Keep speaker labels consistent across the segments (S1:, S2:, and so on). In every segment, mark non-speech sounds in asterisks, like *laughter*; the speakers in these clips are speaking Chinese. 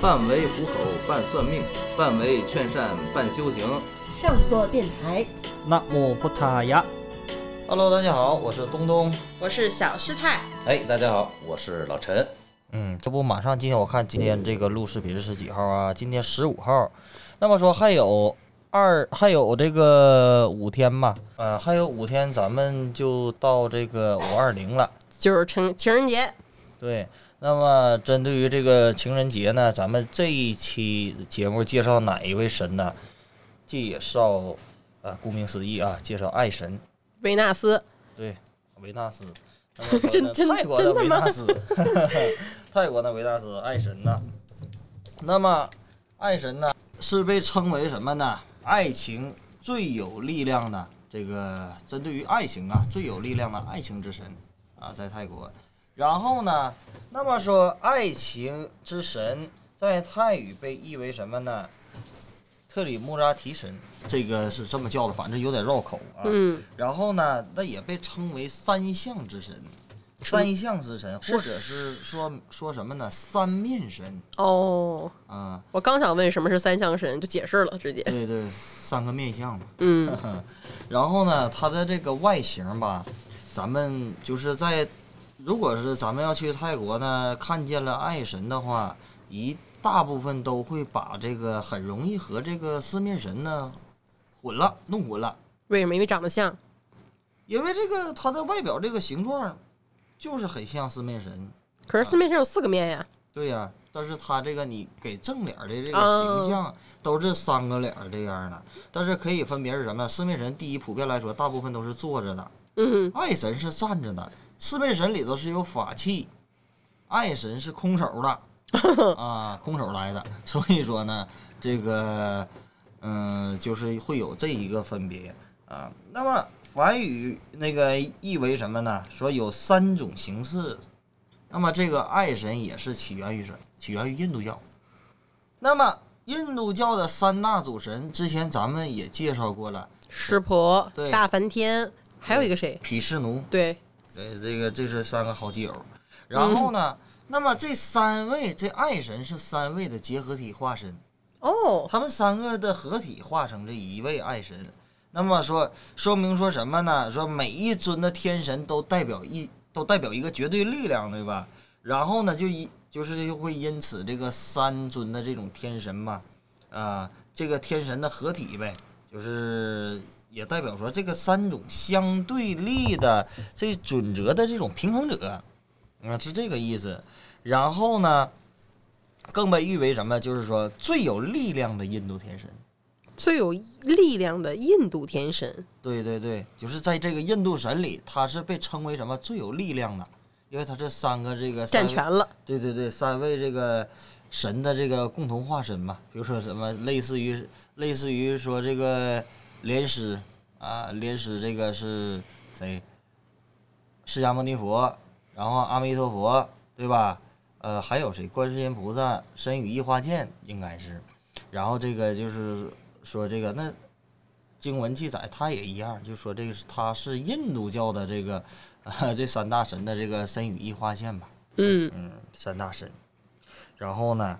S1: 半为虎口，半算命，半为劝善，半修行。
S2: 上座电台，
S3: 那木布塔呀，
S4: Hello，大家好，我是东东。
S5: 我是小师太，
S1: 哎，大家好，我是老陈。
S4: 嗯，这不马上今天我看今天这个录视频是几号啊？今天十五号。那么说还有二，还有这个五天吧。嗯，还有五天，咱们就到这个五二零了。
S5: 就是情情人节，
S4: 对，那么针对于这个情人节呢，咱们这一期节目介绍哪一位神呢？介绍，呃，顾名思义啊，介绍爱神，
S5: 维纳斯
S4: 对，维纳斯。那么
S5: *laughs* 真
S4: 说呢
S5: 真
S4: 泰国的
S5: 真的
S4: 维
S5: 吗
S4: 纳斯， *laughs* 泰国的维纳斯，爱神呐。那么，爱神呢，是被称为什么呢？爱情最有力量的这个，针对于爱情啊，最有力量的爱情之神啊，在泰国。然后呢，那么说爱情之神在泰语被译为什么呢？特里穆拉提神，这个是这么叫的，反正有点绕口啊。
S5: 嗯，
S4: 然后呢，那也被称为三相之神，三相之神，或者是说说什么呢？三面神
S5: 哦。
S4: 啊，
S5: 我刚想问什么是三相神，就解释了，直接。 *laughs*
S4: 对对，三个面相嘛。
S5: 嗯，
S4: 然后呢，它的这个外形吧，咱们就是在，如果是咱们要去泰国呢，看见了爱神的话，一大部分都会把这个很容易和这个四面神呢混了，弄混了，
S5: 为什么？因为长得像。
S4: 因为这个它的外表这个形状，就是很像四面神。
S5: 可是四面神有四个面呀。
S4: 对呀、但是他这个你给正脸儿的这个
S5: 哦
S4: 形象都是三个脸儿这样的，但是可以分别是什么？四面神第一普遍来说，大部分都是坐着的，
S5: 嗯，
S4: 爱神是站着的，四面神里头是有法器，爱神是空手的啊，空手来的，所以说呢，这个嗯、就是会有这一个分别啊。那么梵语那个意为什么呢？说有三种形式，那么这个爱神也是起源于什？起源于印度教。那么印度教的三大主神，之前咱们也介绍过了，
S5: 湿婆
S4: 对、
S5: 大梵天，还有一个谁？
S4: 毗湿奴。
S5: 对，
S4: 对，哎这个这是三个好基友。然后呢，那么这三位这爱神是三位的结合体化身，
S5: 哦，
S4: 他们三个的合体化成这一位爱神。那么说，说明说什么呢？说每一尊的天神都代表一都代表一个绝对力量，对吧？然后呢，就一就是就会因此这个三尊的这种天神嘛，啊、这个天神的合体呗，就是也代表说这个三种相对立的这准则的这种平衡者，啊、是这个意思。然后呢，更被誉为什么？就是说最有力量的印度天神。
S5: 最有力量的印度天神。
S4: 对对对，就是在这个印度神里，他是被称为什么最有力量的？因为他这三个这个
S5: 占
S4: 三位
S5: 全了，
S4: 对对对，三位这个神的这个共同化身嘛，比如说什么类似于类似于说这个莲师啊，莲师这个是谁？释迦牟尼佛，然后阿弥陀佛，对吧？呃，还有谁？观世音菩萨身与一花剑应该是，然后这个就是说这个那经文记载，他也一样，就说这个是他是印度教的这个、 *laughs* 啊这三大神的这个身与一花剑吧。
S5: 嗯，
S4: 嗯，三大神。然后呢，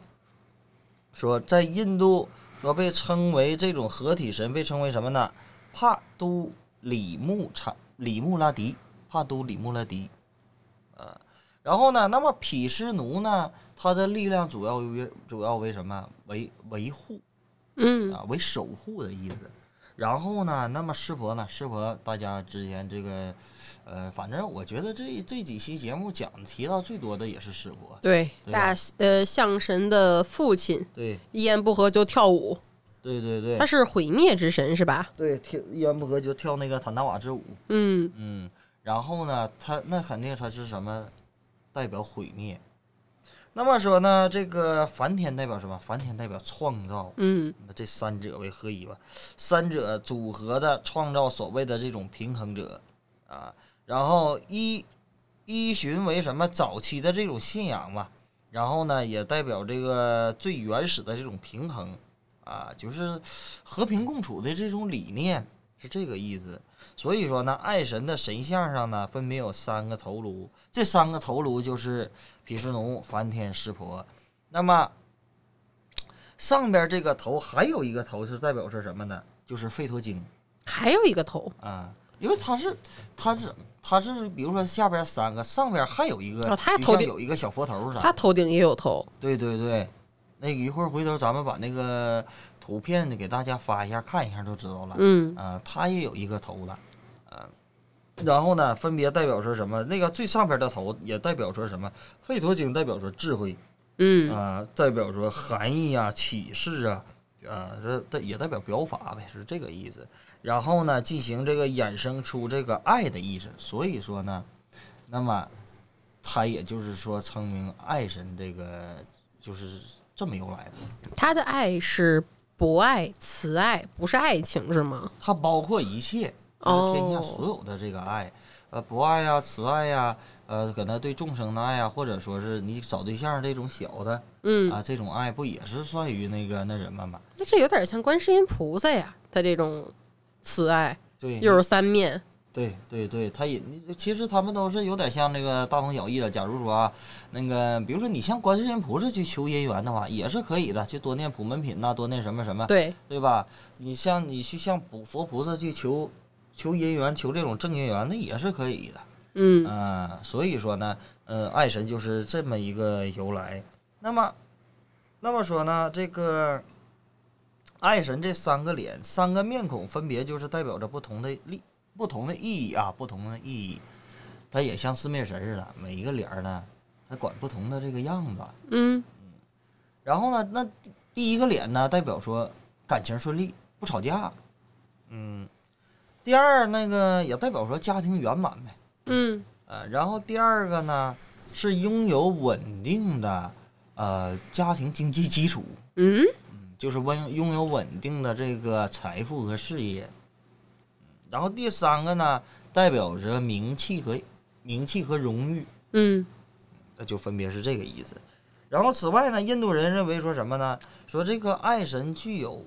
S4: 说在印度说被称为这种合体神，被称为什么呢？帕都里木产里木拉迪，帕都里木拉迪，呃，然后呢，那么毗湿奴呢，他的力量主要为主要为什么？维维护，
S5: 嗯
S4: 啊，为守护的意思。然后呢，那么湿婆呢？湿婆，大家之前这个，呃，反正我觉得这这几期节目讲的提到最多的也是湿婆。
S5: 对，
S4: 对吧
S5: 大呃象神的父亲，
S4: 对
S5: 一言不合就跳舞，
S4: 对对对
S5: 他，是毁灭之神是吧？
S4: 对跳一言不合就跳那个坦达瓦之舞。
S5: 嗯，
S4: 嗯，然后呢，他那肯定他是什么，代表毁灭。那么说呢，这个梵天代表什么？梵天代表创造。
S5: 嗯，
S4: 那这三者为合一吧，三者组合的创造所谓的这种平衡者啊，然后依依循为什么早期的这种信仰嘛，然后呢也代表这个最原始的这种平衡啊，就是和平共处的这种理念是这个意思。所以说呢，爱神的神像上呢分别有三个头颅，这三个头颅就是毗湿奴、梵天、湿婆。那么上边这个头还有一个头是代表是什么呢？就是吠陀经
S5: 还有一个头
S4: 啊，因为它是它是它是比如说下边三个，上边还有一个，
S5: 哦它
S4: 就
S5: 头
S4: 像
S5: 顶
S4: 有一个小佛头啥的
S5: 他头顶也有头，
S4: 对对对，那一会儿回头咱们把那个图片给大家发一下，看一下就知道了。
S5: 嗯，
S4: 啊，它也有一个头的，啊，然后呢，分别代表说什么？那个最上边的头也代表说什么？吠陀经代表说智慧
S5: 嗯，
S4: 啊、代表说含义啊、启示啊，啊，这代也代表表法呗，是这个意思。然后呢，进行这个衍生出这个爱的意思。所以说呢，那么它也就是说称名爱神这个就是这么由来的。
S5: 他的爱是博爱、慈爱，不是爱情是吗？
S4: 它包括一切，
S5: 哦
S4: 就是天下所有的这个爱，呃，博爱呀、慈爱呀、呃，搁那对众生的爱呀、或者说是你找对象这种小的
S5: 嗯，
S4: 啊，这种爱不也是算于那个那什么吗？
S5: 那这有点像观世音菩萨呀，他这种慈爱
S4: 对，
S5: 又是三面，
S4: 对对对，他也你其实他们都是有点像那个大同小异的。假如说啊，那个比如说你向观世音菩萨去求姻缘的话，也是可以的，就多念普门品呐、多念什么什么，
S5: 对，
S4: 对吧？你像你去向普佛菩萨去求求姻缘、求这种正姻缘，那也是可以的。
S5: 嗯
S4: 啊，所以说呢，呃，爱神就是这么一个由来。那么，那么说呢，这个爱神这三个脸、三个面孔，分别就是代表着不同的力、不同的意义啊，不同的意义。它也像四面神似的，每一个脸儿呢，它管不同的这个样子。
S5: 嗯，
S4: 然后呢，那第第一个脸呢，代表说感情顺利，不吵架。嗯，第二那个也代表说家庭圆满呗。
S5: 嗯，
S4: 呃，然后第二个呢是拥有稳定的呃家庭经济基础，
S5: 嗯，
S4: 就是稳拥有稳定的这个财富和事业。嗯然后第三个呢，代表着名气和名气和荣誉，
S5: 嗯，
S4: 那就分别是这个意思。然后此外呢，印度人认为说什么呢？说这个爱神具有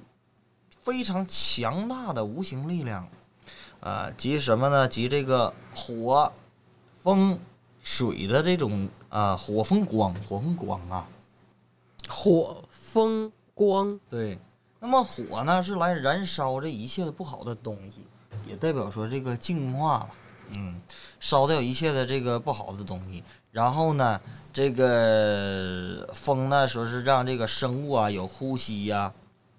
S4: 非常强大的无形力量，啊、及什么呢？及这个火、风、水的这种啊、火风光，火风光啊，
S5: 火、风、光，
S4: 对，那么火呢是来燃烧这一切的不好的东西，也代表说这个净化吧，嗯，烧掉一切的这个不好的东西。然后呢，这个风呢说是让这个生物啊有呼吸呀、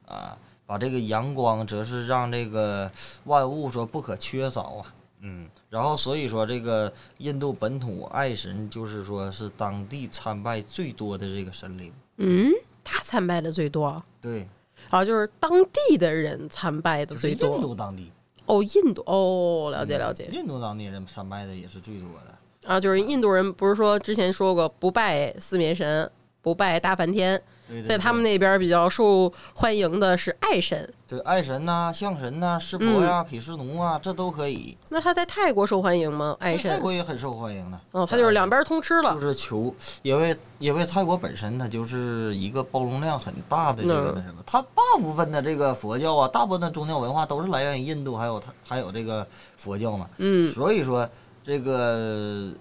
S4: 啊，把这个阳光则是让这个万物说不可缺少啊。嗯，然后所以说这个印度本土爱神就是说是当地参拜最多的这个神灵，
S5: 嗯，他参拜的最多，
S4: 对，
S5: 啊，就是当地的人参拜的
S4: 就
S5: 最
S4: 是印
S5: 多，
S4: 度嗯当地。
S5: 哦，印度，哦，了解了解，
S4: 印度当地人参拜的也是最多的。
S5: 啊，就是印度人不是说之前说过不拜四面神，不拜大梵天，
S4: 对对
S5: 在他们那边比较受欢迎的是爱神。
S4: 对对爱神呐、象神呐、湿婆
S5: 嗯
S4: 呀、毗湿奴啊，这都可以。
S5: 那他在泰国受欢迎吗？爱
S4: 泰
S5: 神
S4: 国也很受欢迎的。
S5: 哦，他就是两边通吃
S4: 就
S5: 了。
S4: 是求，因为因为泰国本身它就是一个包容量很大的这个
S5: 嗯
S4: 那什么，它大部分的这个佛教啊，大部分的宗教文化都是来源于印度，还有它还有这个佛教嘛。
S5: 嗯
S4: 所以说这个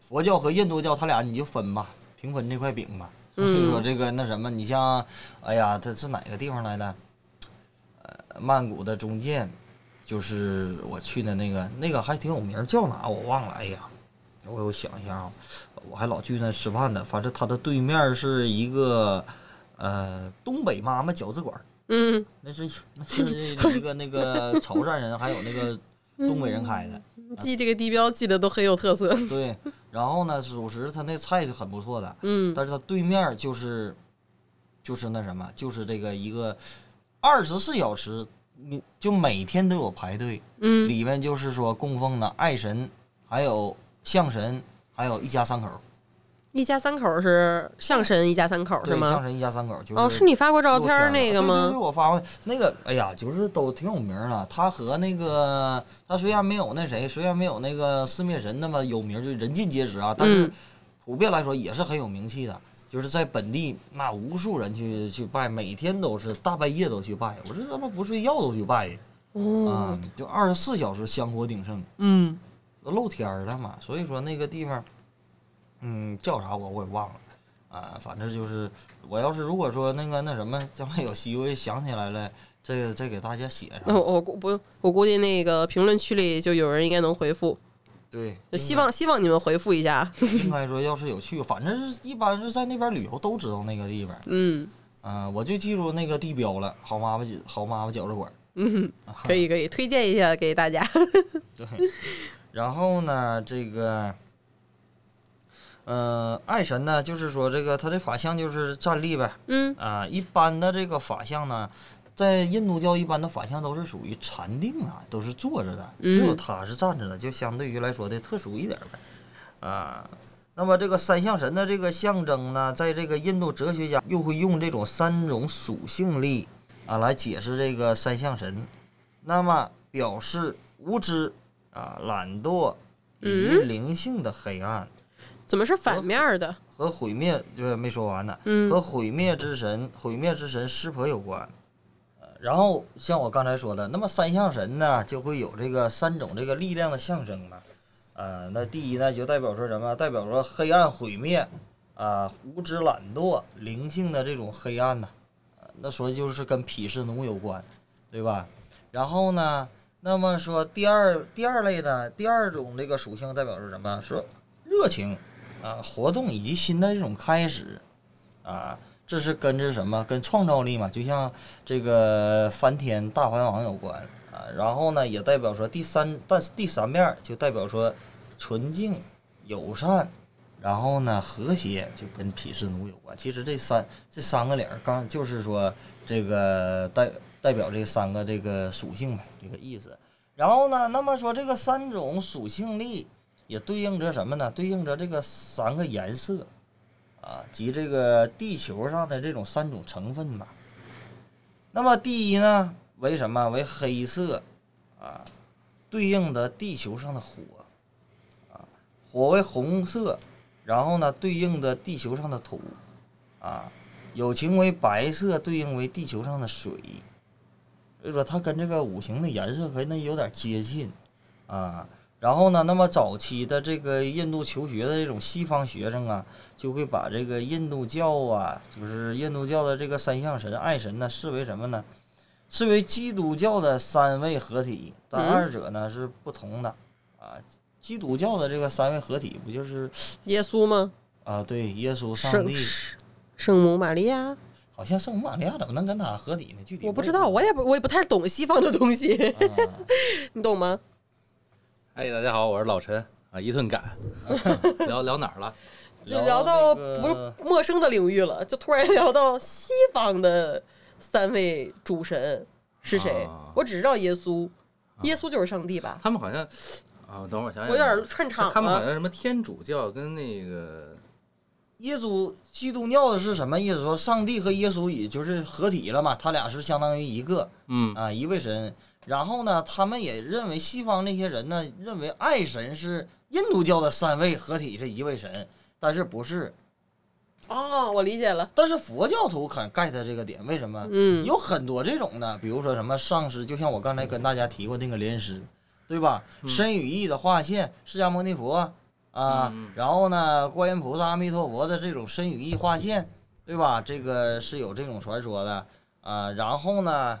S4: 佛教和印度教，它俩你就分吧，平分这块饼吧。所以说这个那什么，你像，哎呀，这是哪个地方来的？呃，曼谷的中建，就是我去的那个，那个还挺有名儿，叫哪我忘了。哎呀，我我想一下啊，我还老去那吃饭呢。反正它的对面是一个呃东北妈妈饺子馆儿，
S5: 嗯
S4: 那是那是一个那个潮汕人，还有那个东北人开的。
S5: 记这个地标记得都很有特色。
S4: 对，然后呢，属实他那菜是很不错的，
S5: 嗯
S4: 但是他对面儿就是就是那什么，就是这个一个二十四小时，你就每天都有排队，
S5: 嗯
S4: 里面就是说供奉的爱神，还有象神，还有一家三口儿，
S5: 一家三口是象神，一家三口是
S4: 对，象
S5: 吗？
S4: 神一家三口儿就是。
S5: 哦，是你发过照
S4: 露天
S5: 片
S4: 儿了
S5: 那个
S4: 对对
S5: 吗
S4: 对，？我发过那个，哎呀，就是都挺有名儿了。他和那个，他虽然没有那谁，虽然没有那个四面神那么有名儿，就是人尽皆知啊，但是
S5: 嗯
S4: 普遍来说也是很有名气的。就是在本地，那无数人去去拜，每天都是大半夜都去拜。我这他妈不睡觉都去拜呀！啊、
S5: 哦，
S4: 就二十四小时香火鼎盛，
S5: 嗯
S4: 露天儿的嘛。所以说那个地方，嗯，叫啥我我也忘了啊、啊，反正就是我要是如果说那个那什么，将来有机会想起来了，这个再给大家写
S5: 那
S4: 上。
S5: 哦我我估不，我估计那个评论区里就有人应该能回复，
S4: 对，
S5: 就希望希望你们回复一下。
S4: 应该说要是有去，反正是一般是在那边旅游都知道那个地方。
S5: 嗯
S4: 啊，我就记住那个地标了，好妈妈饺好妈妈饺子馆。
S5: 嗯，
S4: 啊
S5: 可以可以，推荐一下给大家。
S4: 然后呢，这个，呃，爱神呢，就是说这个他的法相就是站立呗，
S5: 嗯
S4: 啊、一般的这个法相呢，在印度教一般的法相都是属于禅定啊，都是坐着的，只有
S5: 嗯
S4: 他是站着的，就相对于来说的特殊一点呗，啊、那么这个三相神的这个象征呢，在这个印度哲学家又会用这种三种属性力啊来解释这个三相神，那么表示无知啊、懒惰以及
S5: 嗯
S4: 灵性的黑暗。
S5: 怎么是反面儿的？
S4: 和毁灭就是没说完呢，
S5: 嗯
S4: 和毁灭之神、毁灭之神湿婆有关。呃然后像我刚才说的，那么三相神呢，就会有这个三种这个力量的象征嘛。呃，那第一呢，就代表说什么？代表说黑暗毁灭，啊、无知懒惰、灵性的这种黑暗呐、呃那说就是跟毗湿奴有关，对吧？然后呢，那么说第二第二类呢，第二种这个属性代表是什么？说热情，啊、活动以及新的这种开始，啊、这是跟着什么？跟创造力嘛，就像这个梵天大梵王有关啊、然后呢，也代表说第三，但是第三面儿就代表说纯净、友善，然后呢和谐，就跟毗湿奴有关。其实这三这三个脸儿刚就是说这个代代表这三个这个属性呗，这个意思。然后呢，那么说这个三种属性力也对应着什么呢？对应着这个三个颜色，啊，及这个地球上的这种三种成分吧。那么第一呢，为什么为黑色？啊，对应的地球上的火，啊，火为红色，然后呢，对应的地球上的土，啊，友情为白色，对应为地球上的水。所以说，它跟这个五行的颜色跟那有点接近，啊。然后呢，那么早期的这个印度求学的这种西方学生啊，就会把这个印度教啊，就是印度教的这个三相神、爱神呢，视为什么呢？视为基督教的三位合体，但
S5: 嗯
S4: 二者呢是不同的啊。基督教的这个三位合体不就是
S5: 耶稣吗？
S4: 啊？对，耶稣、上
S5: 圣
S4: 帝，
S5: 圣母玛利亚？
S4: 好像圣母玛利亚怎么能跟他合体呢？具体
S5: 我不知道，我也不我也不太懂西方的东西，
S4: 啊
S5: *laughs* 你懂吗？
S6: 哎，大家好，我是老陈啊，一
S1: *laughs*
S6: 顿赶，聊聊哪儿了？
S5: 就聊到
S4: 这
S5: 不
S4: 个
S5: 是陌生的领域了，就突然聊到西方的三位主神是谁？
S6: 啊
S5: 我只知道耶稣，
S4: 啊
S5: 耶稣就是上帝吧？
S6: 他们好像啊，等会儿我
S4: 哎
S6: 想想，
S5: 我有点串场
S6: 他们好
S5: 了。
S6: 像什么天主教跟那个
S4: 耶稣基督教的是什么意思？说上帝和耶稣也就是合体了嘛，他俩是相当于一个
S6: 嗯
S4: 啊，一位神。然后呢，他们也认为西方那些人呢，认为爱神是印度教的三位合体是一位神，但是不是？
S5: 哦，我理解了。
S4: 但是佛教徒很 get 这个点，为什么？
S5: 嗯
S4: 有很多这种的，比如说什么上师，就像我刚才跟大家提过那个莲师，对吧？身语意的化现，释迦牟尼佛啊、
S6: 嗯
S4: 然后呢，观音菩萨、阿弥陀佛的这种身语意化现，对吧？这个是有这种传说的啊、然后呢，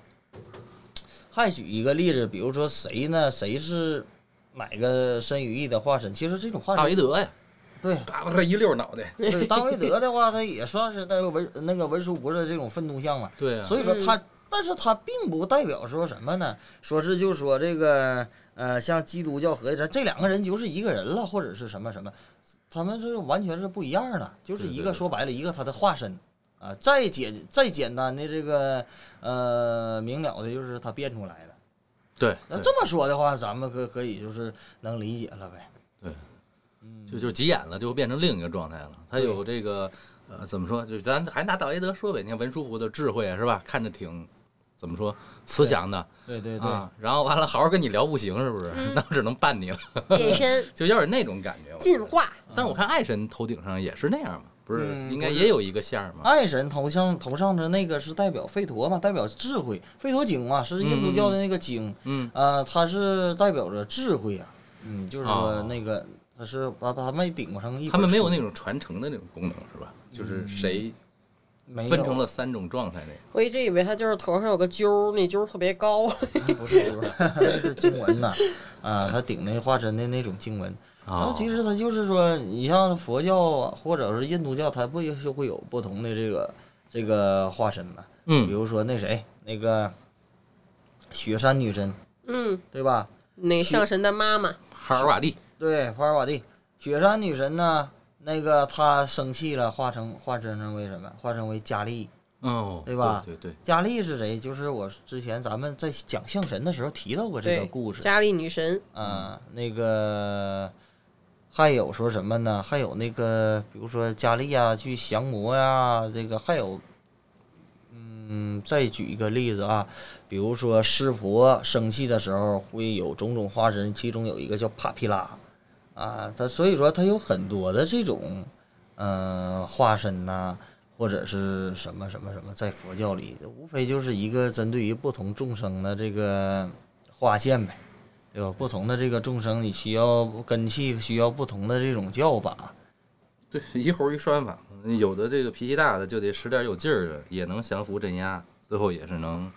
S4: 还举一个例子，比如说谁呢？谁是哪个身语意的化身？其实这种化
S6: 大
S4: 身
S6: 维，德呀，
S4: 对，
S6: 嘎巴一溜脑袋，
S4: 对，大卫德的话，他也算是那个文那个文殊菩萨这种愤怒像嘛。
S6: 对呀、啊
S4: 所以说他，但是他并不代表说什么呢？说是就说这个呃，像基督教和这这两个人就是一个人了，或者是什么什么，他们是完全是不一样的，就是
S6: 对
S4: 一
S6: 对
S4: 个
S6: 对
S4: 说白了，一个他的化身。啊，再简再简单的这个呃明了的，就是他变出来的。
S6: 对，
S4: 那
S6: 对
S4: 这么说的话，咱们可可以就是能理解了呗。
S6: 就就急眼了，就变成另一个状态了。他有这个呃，怎么说？就咱还拿大维德说呗，你看文殊菩萨智慧是吧？看着挺怎么说慈祥的
S4: 对对
S6: 啊，然后完了好好跟你聊不行是不是？
S5: 嗯
S6: *laughs* 那我只能办你了，
S5: 变身
S6: 就有点那种感觉。我觉得
S5: 进化，
S6: 但是我看爱神头顶上也是那样嘛，不是、
S4: 嗯
S6: 应该
S4: 不是啊
S6: 也有一个线儿吗？
S4: 爱神头上头上的那个是代表吠陀嘛，代表智慧，吠陀经嘛，是印度教的那个经，
S6: 嗯
S4: 呃，它是代表着智慧啊，嗯，就是说
S6: 哦
S4: 那个他是把把他们顶成一本书，
S6: 他们没有那种传承的那种功能是吧？就是谁
S4: 嗯没
S6: 分成
S4: 了，
S6: 了三种状态那个。
S5: 我一直以为他就是头上有个揪儿，那揪儿特别高。
S4: 不是不是， *laughs* 那是经文呐，啊，他顶那化身的那种经文。
S6: 啊
S4: 然后啊
S6: 哦
S4: 其实它就是说，你像佛教啊或者是印度教，它不也是会有不同的这个这个化身嘛？比
S6: 嗯，
S4: 如说那谁，那个雪山女神，
S5: 嗯，
S4: 对吧？
S5: 那上神的妈妈，
S6: 哈尔瓦蒂
S4: 对，帕尔瓦蒂，雪山女神呢？那个她生气了，化成化身成为什么？化身为佳丽。
S6: 哦，
S4: 对吧
S6: 对对，
S4: 佳丽是谁？就是我之前咱们在讲象神的时候提到过这个
S5: 对
S4: 故事。
S5: 佳丽女神，
S4: 啊，那个还有说什么呢？还有那个，比如说佳丽啊，去降魔呀、这个还有，嗯，再举一个例子啊，比如说湿婆生气的时候会有种种化身，其中有一个叫帕皮拉，啊，他所以说他有很多的这种，呃，化身呐、或者是什么什么什么，在佛教里无非就是一个针对于不同众生的这个划线呗。对吧？不同的这个众生，你需要根器，需要不同的这种叫法。
S6: 对，一猴一拴法，有的这个脾气大的就得使点有劲儿的，也能降服镇压，最后也是能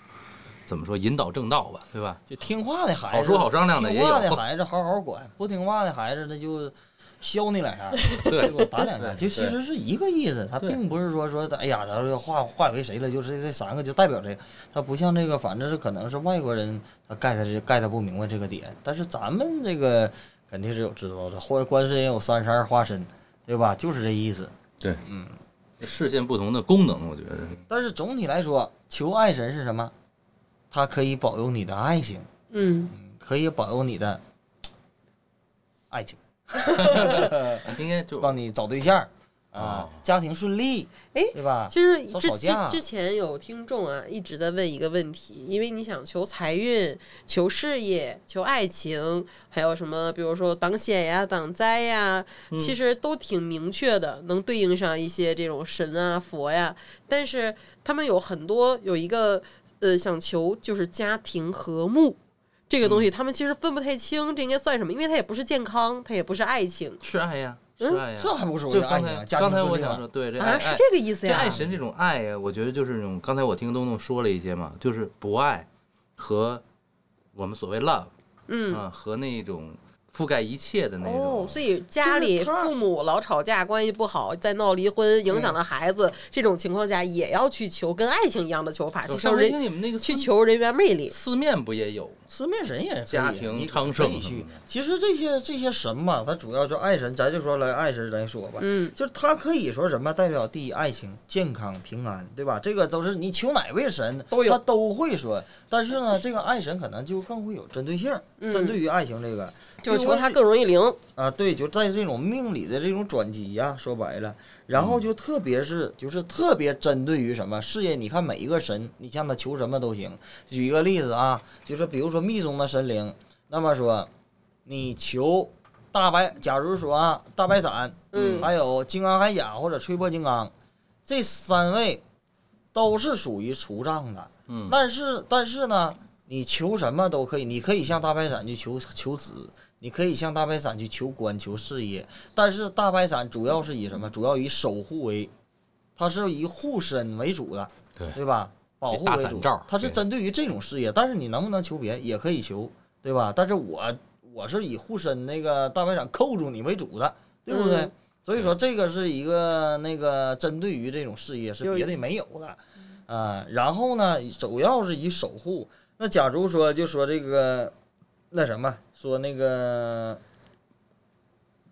S6: 怎么说引导正道吧，对吧？
S4: 就听话的孩
S6: 好
S4: 子，
S6: 说好商量的也有
S4: 听话的孩子好好管，不听话的孩子那就削你两下，
S6: *laughs* 对
S4: 给我打两下，就
S6: 对
S4: 其实是一个意思。他
S6: 对
S4: 并不是说说，哎呀，他说化化为谁了，就是这三个就代表谁。他不像这个，反正是可能是外国人他 get 这 get 不明白这个点，但是咱们这个肯定是有知道的，或者观世音有三十二化身，对吧？就是这意思。
S6: 视线不同的功能，我觉得是
S4: 但是总体来说，求爱神是什么？他可以保佑你的爱情，
S5: 嗯，
S4: 可以保佑你的爱情，
S6: 应该就
S4: 帮你找对象啊
S6: 哦，
S4: 家庭顺利，
S5: 哎
S4: 对
S6: 啊
S4: 吧？
S5: 其实
S4: 说
S5: 之
S4: 吵
S5: 之
S4: 架
S5: 之前有听众啊一直在问一个问题，因为你想求财运、求事业、求爱情，还有什么比如说挡险呀、挡灾呀，
S6: 嗯
S5: 其实都挺明确的，能对应上一些这种神啊、佛呀。但是他们有很多有一个呃想求就是家庭和睦。这个东
S6: 嗯
S5: 西，他们其实分不太清，这应该算什么？因为它也不是健康，它也不是爱情
S6: 是爱呀，是
S5: 嗯
S6: 哎爱呀。
S4: 这还不属于
S6: 就
S4: 爱
S6: 刚
S4: 情啊，
S6: 才
S4: 家
S6: 刚
S4: 庭
S6: 才
S4: 顺
S6: 我
S4: 利
S6: 想
S4: 嘛
S6: 说，。对这爱
S5: 啊，是
S6: 爱
S5: 这个意思
S6: 这
S5: 呀。
S6: 爱神这种爱呀，我觉得就是那种刚才我听东东说了一些嘛，就是博爱和我们所谓 love
S5: 嗯，
S6: 啊，和那种覆盖一切的那
S5: 哦
S6: 种，。
S5: 所以家
S4: 就
S5: 里
S4: 是他
S5: 父母老吵架，关系不好，再闹离婚，影响了孩子，这种情况下也要去求跟爱情一样的求法，
S6: 啊
S5: 去
S6: 我
S5: 求
S6: 上回听
S5: 人
S6: 你们那个
S5: 去
S6: 四
S5: 求人缘魅力。
S6: 四面不也有？
S4: 四面神也可以
S6: 家庭
S4: 你
S6: 昌盛
S4: 可以去
S6: 什么的。
S4: 其实这些这些神嘛，它主要就爱神，咱就说来爱神来说吧，
S5: 嗯，
S4: 就是它可以说什么代表第一爱情、健康、平安，对吧？这个都是你求哪位神，
S5: 都有
S4: 他都会说。但是呢，这个爱神可能就更会有针对性，
S5: 嗯
S4: 针对于爱情这个，
S5: 就是
S4: 另
S5: 求
S4: 外
S5: 他更容易灵。
S4: 啊，对，就在这种命理的这种转机呀、说白了，然后
S5: 嗯
S4: 就特别是就是特别针对于什么事业，你看每一个神，你向他求什么都行。举一个例子啊，就是比如说密宗的神灵，那么说你求大白，假如说啊大白伞，
S5: 嗯
S4: 还有金刚铠甲或者吹波金刚，这三位都是属于除障的，
S6: 嗯，
S4: 但是但是呢，你求什么都可以，你可以向大白伞去求求子，你可以向大白伞去求官求事业，但是大白伞主要是以什么？主要以守护为，它是以护身为主的，
S6: 对
S4: 吧？保护
S6: 大
S4: 为
S6: 伞
S4: 主
S6: 罩儿，
S4: 它是
S6: 对
S4: 针对于这种事业，但是你能不能求别也可以求，对吧？但是我我是以护身那个大白伞扣住你为主的，对不对？
S5: 嗯
S4: 所以说这个是一个那个针对于这种事业是
S5: 有嗯
S4: 别的没有的，啊、然后呢，主要是以守护。那假如说就说这个那什么，说那个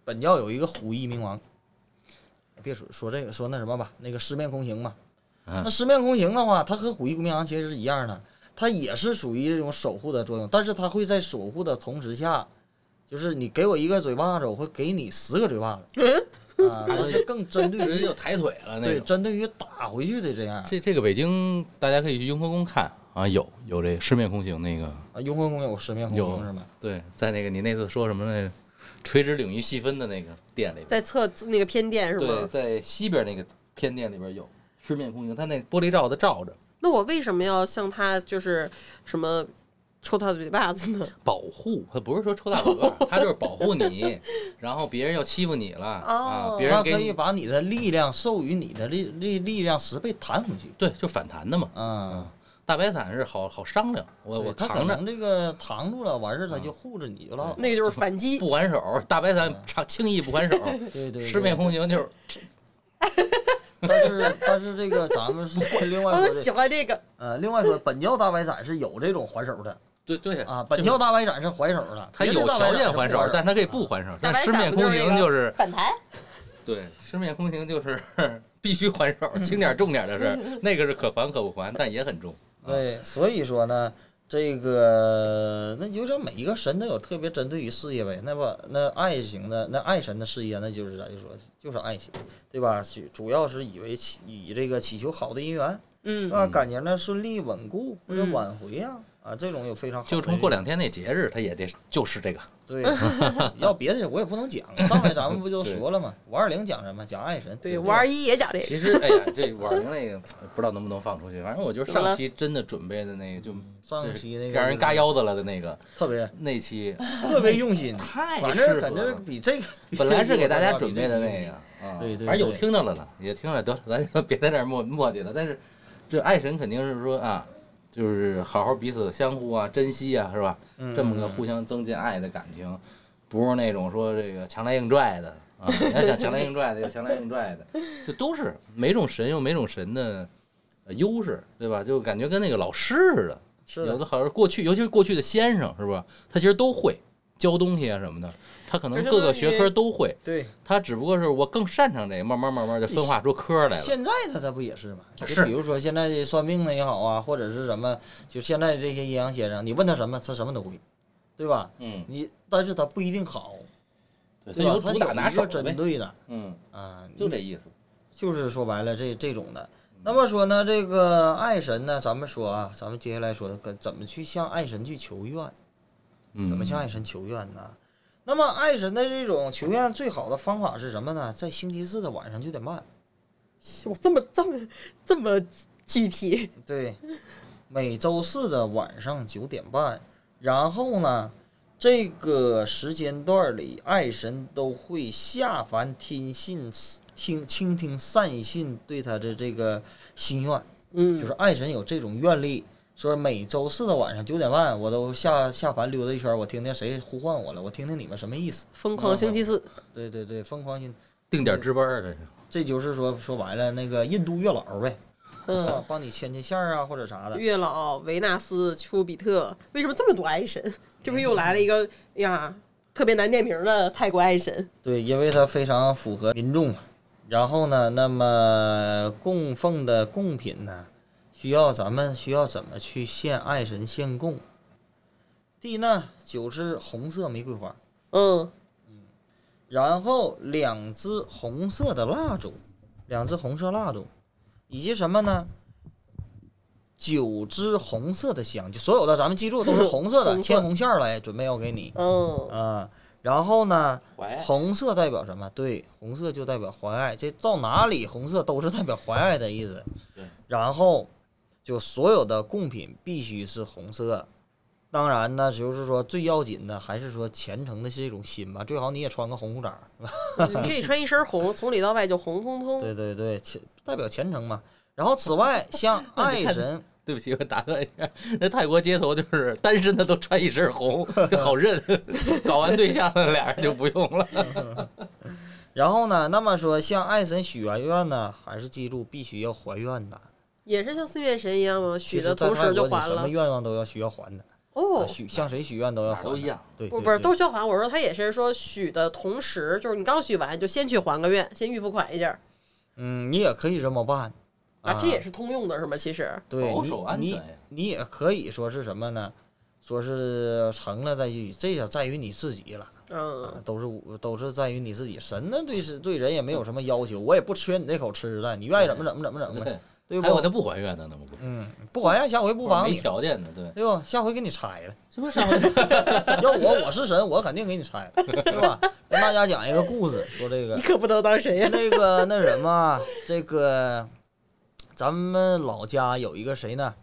S4: 本教有一个虎翼冥王，别说说这个说那什么吧，那个十面空行嘛。
S6: 嗯
S4: 那十面空行的话，它和虎翼冥王其实是一样的，它也是属于这种守护的作用，但是它会在守护的同时下，就是你给我一个嘴巴子，我会给你十个嘴巴子。啊，它就更
S6: *laughs*
S4: 针对
S6: 直接
S4: 于
S6: 就抬腿了那
S4: 对
S6: 种。
S4: 针对于打回去的这样。
S6: 这这个北京大家可以去雍和宫看啊，有有这个十面空行那个，
S4: 啊，雍和宫有十面空
S6: 有
S4: 行是吧？
S6: 对，在那个你那次说什么那垂直领域细分的那个店里边，
S5: 在侧那个偏殿是
S6: 对，
S5: 吗？
S6: 在西边那个偏殿里边有十面空行，它那玻璃罩子罩着，
S5: 那我为什么要向他就是什么抽他的嘴巴子呢？ *laughs*
S6: 保护，他不是说抽大嘴巴，他就是保护
S5: *laughs*
S6: 你，然后别人要欺负你了啊
S5: 哦，
S6: 别
S4: 他
S6: 人给
S4: 可以
S6: 你
S4: 把你的力量授予你的力力力量十倍弹回去。
S6: 对，就反弹的嘛。
S4: 嗯，
S6: 大白伞是好好商量，我呃我
S4: 对他
S6: 扛
S4: 可
S6: 着
S4: 能这个扛住了，完事儿他就护着你就拉倒。
S5: 那个就是反击，
S6: 不还手，大白伞长轻易不还手，
S4: 嗯对对对，
S6: 十面空行就是
S4: *laughs* 但是但是这个咱们是另外
S5: 我
S4: 说
S5: 喜
S4: 的，
S5: 欢这个。
S4: 呃，另外说本教大白伞是有这种还手的
S6: 对对
S4: 啊，
S6: 就
S4: 本
S6: 是
S4: 教大白伞是还手的，
S6: 他
S4: 别
S6: 有
S4: 的大白
S6: 条
S4: 伞
S6: 件
S4: 是
S6: 还
S4: 不
S6: 手，但
S4: 的啊
S6: 他可以不还手，但
S5: 大白
S6: 十面
S5: 伞不
S6: 空
S5: 是那
S6: 行
S5: 个
S6: 就是
S5: 反弹，
S6: 对，十面空行就是 *laughs* 必须还手，轻点儿重点儿的事
S5: *laughs*
S6: 儿，那个是可还可不还，但也很重。
S4: 对，所以说呢，这个那就像每一个神都有特别针对于事业呗。那么那爱情的那爱神的事业，那就是咱就说就是爱情，对吧？是主要是以为祈以这个祈求好的姻缘，
S5: 嗯，
S4: 啊，感情呢顺利稳固或者
S5: 嗯
S4: 挽回呀、啊，这种有非常好的
S6: 就冲过
S4: 这
S6: 两天那节日，他也得就是这个。 *laughs*
S4: 对， *laughs* 要别的我也不能讲。上来咱们不就说了吗？五二零讲什么？讲爱神。
S5: 对，
S4: 不
S5: 五二一也讲这个，
S6: *laughs* 其实，哎呀，这网上那个不知道能不能放出去，反正我觉得上期真的准备的那个就
S4: 上期那个
S6: 让人嘎腰子了的那个
S4: 特别
S6: 那期，
S4: 特别用
S6: *laughs*
S4: 心，
S6: 太
S4: 反
S6: 适合
S4: 正反
S6: 了
S4: 正比这个
S6: *laughs* 本来是给大家准备 *laughs* 的那个，啊，
S4: 对对对
S6: 反正有听着了了，也听着了，得了，咱就别在这儿磨磨叽了。但是这爱神肯定是说啊，就是好好彼此相互啊，珍惜啊，是吧？
S4: 嗯
S6: 这么个互相增进爱的感情，不是那种说这个强来硬拽的啊。 *laughs* 你要想强来硬拽的，有强来硬拽的，就都是每种神有每种神的呃优势，对吧？就感觉跟那个老师似的，
S4: 是
S6: 有
S4: 的
S6: 的好像过去，尤其是过去的先生，是吧？他其实都会教东西啊什么的，他可能
S5: 就是
S6: 各个
S5: 问
S6: 学
S5: 你
S6: 科都会。
S4: 对。
S6: 他只不过是我更擅长这个，慢慢慢慢就分化出科来了。
S4: 现在他他不也是吗？就是比如说现在这算命的也好啊，或者是什么，就现在这些阴阳先生，你问他什么，他什么都会，对吧？
S6: 嗯，
S4: 你但是他不一定好，
S6: 对他
S4: 对吧
S6: 有？
S4: 他
S6: 主打
S4: 有
S6: 拿
S4: 一
S6: 手
S4: 个针
S6: 呗，
S4: 对的
S6: 嗯，
S4: 啊，
S6: 就这意思。
S4: 就是说白了这这种的。那么说呢，这个爱神呢，咱们说啊，咱们接下来说跟怎么去向爱神去求愿，
S6: 嗯，
S4: 怎么向爱神求愿呢？那么爱神的这种求愿最好的方法是什么呢？在星期四的晚上九点半，
S5: 我这么这么这么具体，
S4: 对，每周四的晚上九点半。然后呢，这个时间段里，爱神都会下凡听信听倾听善信对他的这个心愿，
S5: 嗯，
S4: 就是爱神有这种愿力。说每周四的晚上九点半，我都下下凡溜达一圈，我听听谁呼唤我了，我听听你们什么意思。
S5: 疯狂星期四，
S4: 对对对，疯狂心，
S6: 定点值班儿这是。
S4: 这就是说说白了那个印度月老呗，
S5: 嗯，
S4: 啊帮你牵牵线儿啊或者啥的。
S5: 月老、维纳斯、丘比特，为什么这么多爱神？这不又来了一个哎呀，特别难念名的泰国爱神，
S4: 对，因为它非常符合民众。然后呢，那么供奉的贡品呢，需要咱们需要怎么去献爱神献供？第一呢，九支红色玫瑰花，
S5: 嗯，
S4: 然后两支红色的蜡烛，两支红色蜡烛，以及什么呢？九支红色的香，就所有的咱们记住都是红色的，
S5: 红色
S4: 牵红线儿来，准备要给你 *laughs*
S5: 嗯，
S4: 啊。然后呢，
S6: 怀
S5: 哎
S4: 红色代表什么？对，红色就代表怀爱，这到哪里红色都是代表怀爱的意思
S6: 对。
S4: 然后，就所有的贡品必须是红色。当然呢，就是说最要紧的还是说虔诚的这种心吧，最好你也穿个红裤衩儿。
S5: 你可以穿一身红，从里到外就红彤彤。
S4: 对对对，虔代表虔诚嘛。然后此外，
S5: *laughs*
S4: 像爱神，
S6: 对不起，我打断一下，那泰国街头就是单身的都穿一身红，就好认。 *laughs* 搞完对象的俩人就不用了。
S4: 然后呢，那么说向爱神许完愿呢，还是记住必须要还愿的。
S5: 也是像四面神一样吗？
S4: 其
S5: 许
S4: 实
S5: 的
S4: 在
S5: 同
S4: 泰
S5: 时
S4: 国
S5: 就
S4: 你
S5: 还
S4: 什么
S5: 了。
S4: 愿望都要需要还的，啊
S5: 哦，
S4: 许向谁许愿都要
S6: 哪
S4: 还
S6: 儿都
S4: 的
S6: 一样。
S4: 对，
S5: 我
S4: 对
S5: 不是
S4: 对
S5: 都需要还。我说他也是说许的同时，就是你刚许完就先去还个愿，先预付款一下儿
S4: 嗯，你也可以这么办
S5: 啊，这也是通用的，是吗？其实，
S4: 对，
S6: 保
S4: 你
S6: 守安全
S4: 你
S6: 呀
S4: 你也可以说是什么呢？说是成了再去，这个在于你自己了，啊
S5: 嗯，
S4: 都是都是在于你自己。神呢对是对人也没有什么要求，我也不缺你这口吃的，你愿意怎么怎么怎么怎么
S6: 对
S4: 呗，，对
S6: 还有他
S4: 不？
S6: 不还愿的呢，不
S4: 嗯，不还愿下回不帮
S6: 没
S4: 你，
S6: 条件的，对，
S4: 对吧？下回给你拆了。
S6: 这不
S4: *laughs*
S6: 上回
S4: 要我我是神，我肯定给你拆了，对吧？跟大家讲一个故事，说这
S6: *laughs*
S4: 个
S5: 你可不能当谁呀、
S4: *laughs* 那个那什么，这个咱们老家有一个谁呢？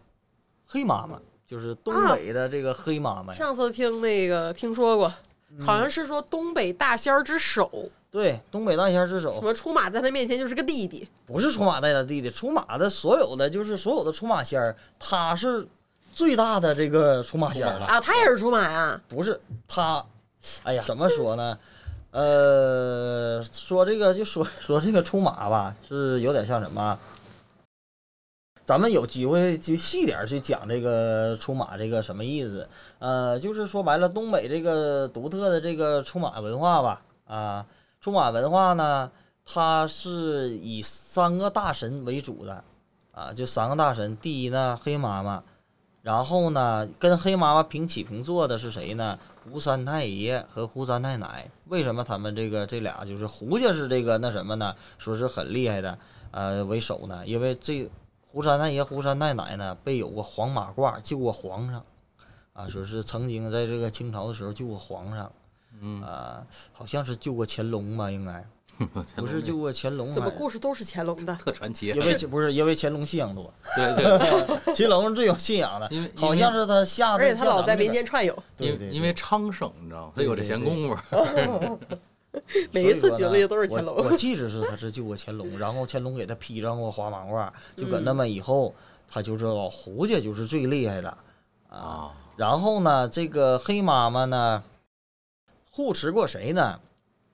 S4: 黑妈妈，就是东北的这个黑妈妈
S5: 啊
S4: 呀，
S5: 上次听那个听说过，
S4: 嗯
S5: 好像是说东北大仙儿之首，
S4: 对，东北大仙之
S5: 什
S4: 首，
S5: 么出马在他面前就是个弟弟，
S4: 不是出马带他弟弟，出马的所有的就是所有的出马仙儿，他是最大的这个出马仙儿
S6: 出马了
S5: 啊，他也是出马呀、
S4: 不是他，哎呀，怎么说呢？呃，说这个就说说这个出马吧，是有点像什么？咱们有机会就细点儿去讲这个出马这个什么意思？呃，就是说白了，东北这个独特的这个出马文化吧，啊，出马文化呢，它是以三个大神为主的，啊，就三个大神。第一呢，黑妈妈，然后呢，跟黑妈妈平起平坐的是谁呢？胡三太爷和胡三太奶。为什么他们这个这俩就是胡家是这个那什么呢？说是很厉害的，呃，为首呢？因为这胡三太爷、胡三太奶呢，被有过黄马褂救过皇上，啊，说是曾经在这个清朝的时候救过皇上，
S6: 嗯
S4: 啊，好像是救过乾隆吧，应该不是救过乾隆还，
S5: 怎么故事都是乾隆的？
S6: 嗯特传奇
S4: 因，为不是因为乾隆信仰
S5: *laughs*
S4: 多，
S6: 对对，
S4: 乾隆是最有信仰的
S6: 因为，因为
S4: 好像是他下
S5: 而
S4: 的，
S5: 且他
S4: 下
S5: 老
S4: 咱
S5: 在
S4: 们
S5: 民
S4: 这边，
S5: 间串游，
S4: *laughs* 对
S6: 因
S4: 对
S6: 为
S4: 对
S6: 因为昌盛，你知道吗？他有这闲工夫，
S5: 每一
S4: 所
S5: 次
S4: 以说
S5: 举
S4: 呢
S5: 例都是乾
S4: 我
S5: 隆。
S4: 我记着是他是救过乾隆，然后乾隆给他披上过花马褂，就搁那
S5: 嗯
S4: 么以后，他就知道胡家就是最厉害的啊。
S6: 啊，
S4: 然后呢，这个黑妈妈呢，护持过谁呢？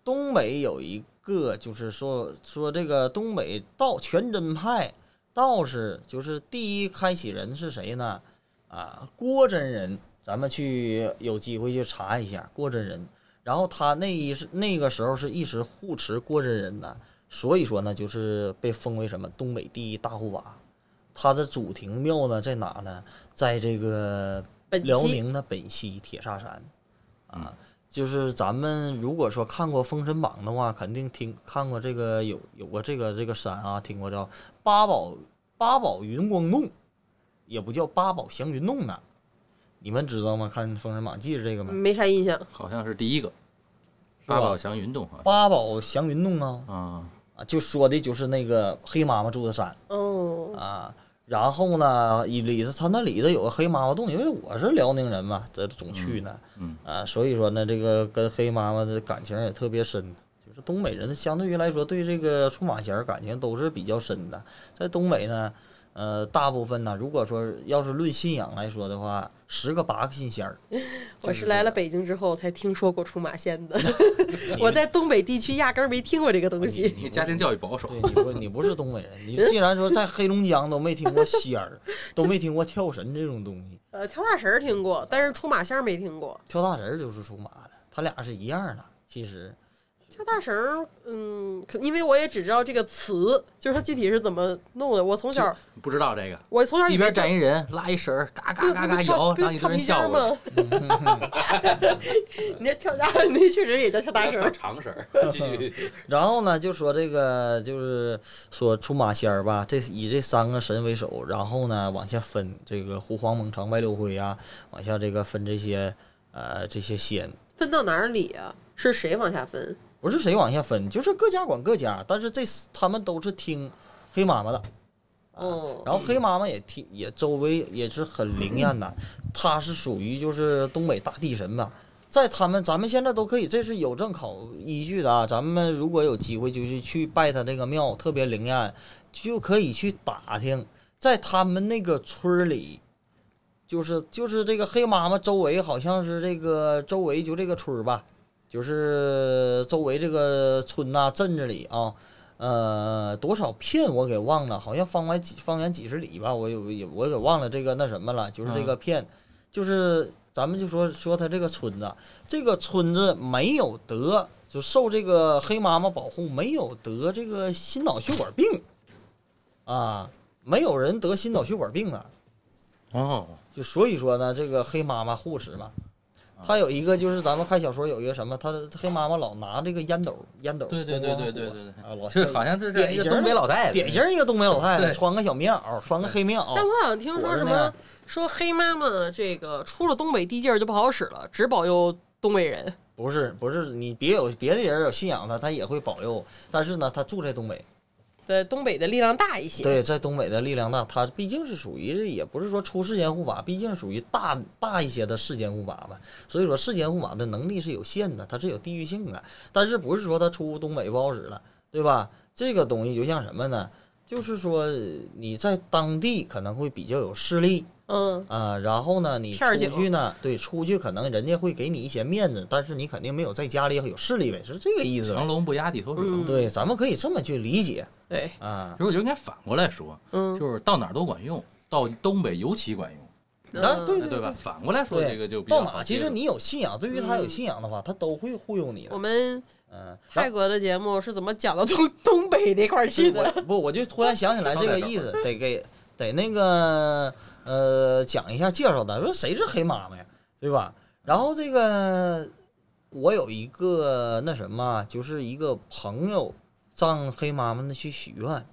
S4: 东北有一个，就是说说这个东北道全真派道士，就是第一开启人是谁呢？啊，郭真人，咱们去有机会去查一下郭真人。然后他那一时那个时候是一直护持郭真人的，所以说呢，就是被封为什么东北第一大护法。他的祖庭庙呢在哪呢？在这个
S5: 本
S4: 辽
S5: 期
S4: 宁的本溪铁砂山，啊，就是咱们如果说看过《封神榜》的话，肯定听看过这个有有过这个这个山啊，听过叫八宝八宝云光洞，也不叫八宝祥云洞呢，你们知道吗？看《封神榜》记着这
S6: 嗯
S4: 个吗？
S5: 没啥印象，
S6: 好像是第一个
S4: 吧
S6: 八宝祥云洞好
S4: 八宝祥云洞啊，
S6: 像啊，
S4: 啊，就说的就是那个黑妈妈住的山
S5: 哦，
S4: 啊。然后呢，以里头他那里头有个黑妈妈洞，因为我是辽宁人嘛，这总去呢。
S6: 嗯
S4: 啊，所以说呢，这个跟黑妈妈的感情也特别深。就是东北人相对于来说，对这个出马仙儿感情都是比较深的。在东北呢，呃，大部分呢，如果说要是论信仰来说的话，十个八个信仙儿。
S5: 我是
S4: 是这
S5: 来了
S4: 个
S5: 北京之后才听说过出马仙
S6: *laughs*
S5: 的，
S4: 你
S5: 我在东北地区压根儿没听过这个东西。
S6: 你家庭教育保守
S4: 对，你不你不是东北人，你既然说在黑龙江都没听过仙儿，都没听过跳神这种东西，
S6: 嗯
S5: 呃，跳大神儿听过，但是出马仙儿没听过。
S4: 跳大神儿就是出马的，他俩是一样的。其实
S5: 跳大神儿，嗯，可因为我也只知道这个词，就是它具体是怎么弄的。我从小，
S6: 不知道这个。
S5: 我从小以
S6: 一
S5: 为
S6: 边
S5: 这
S6: 站一人，拉一绳儿，嘎
S5: 不
S6: 嘎嘎
S5: 是不
S6: 嘎摇，
S5: 是跳
S6: 然后
S5: 不
S6: 一
S5: 是
S6: 堆人嗯
S5: 跳皮筋
S6: 叫
S5: 儿
S6: 我。
S5: 吗？ *laughs* 你这跳大，那确实也叫跳大神儿。
S6: 长绳儿，继续。
S4: 然后呢，就说这个就是说出马仙儿吧，这以这三个神为首，然后呢往下分这个狐黄猛长白柳灰啊，往下这个分这些呃这些仙，
S5: 分到哪里啊？是谁往下分？
S4: 不是谁往下分，就是各家管各家，但是这他们都是听黑妈妈的。啊
S5: 哦
S4: 然后黑妈妈也听，也周围也是很灵验的，她是属于就是东北大地神吧，在他们咱们现在都可以，这是有证考依据的啊。咱们如果有机会就是去拜她这个庙，特别灵验，就可以去打听，在他们那个村儿里，就是就是这个黑妈妈周围好像是这个周围就这个村儿吧，就是周围这个村呐、镇子里啊，呃，多少片我给忘了，好像方圆几方圆几十里吧，我有有我给忘了这个那什么了，就是这个片，就是咱们就说说他这个村子，这个村子没有得就受这个黑妈妈保护，没有得这个心脑血管病，啊，没有人得心脑血管病的，啊
S6: 哦，
S4: 就所以说呢，这个黑妈妈护持嘛，
S6: 啊
S4: 她有一个就是咱们看小说有一个什么，她黑妈妈老拿这个烟斗，烟斗
S6: 对对对
S4: 咣咣
S6: 对
S4: 火
S6: 对对对
S4: 啊，老
S6: 就是好像这是
S4: 典
S6: 一个
S4: 型
S6: 东北
S4: 的
S6: 老太太，
S4: 典型一个东北老太太，
S6: 对
S4: 穿个小棉袄，穿个黑棉
S5: 但
S4: 袄，
S5: 我好像听说什
S4: 我是那
S5: 么
S4: 样
S5: 说黑妈妈这个出了东北地界儿就不好使了，只保佑东北人。
S4: 不是不是，你别有别的人有信仰她，她也会保佑，但是呢，她住在东北，
S5: 的东北的力量大一些。
S4: 对，在东北的力量大，它毕竟是属于也不是说出世间护法，毕竟属于大大一些的世间护法吧。所以说世间护法的能力是有限的，它是有地域性的，但是不是说它出东北不好使了，对吧？这个东西就像什么呢？就是说你在当地可能会比较有势力
S5: 嗯，
S4: 啊、然后呢，你
S5: 片儿
S4: 出
S5: 警
S4: 去呢，对，出去可能人家会给你一些面子，但是你肯定没有在家里有势力呗，是这个意思吧
S6: 强。龙不压地头蛇。
S5: 嗯
S4: 对，咱们可以这么去理解
S5: 对，
S4: 啊
S6: 其。实我觉得应该反过来说，
S5: 嗯，
S6: 就是到哪儿都管用，到东北尤其管用，
S5: 嗯
S4: 啊，对
S6: 哎
S4: 对
S6: 吧？反过来说
S4: 对
S6: 这个就比较
S4: 到
S6: 好
S4: 哪，
S6: 接
S4: 其实
S6: 受
S4: 你有信仰，对于他有
S5: 嗯
S4: 信仰的话，他都会忽悠你
S5: 我
S4: 的。
S5: 们
S4: 嗯，然
S5: 泰
S4: 后啊
S5: 国的节目是怎么讲到东东北那块儿去的？
S4: 我不，我就突然想起来这个意思，得给得那个呃讲一下介绍的，说谁是黑妈妈呀，对吧？然后这个我有一个那什么，啊就是一个朋友上黑妈妈那去许愿，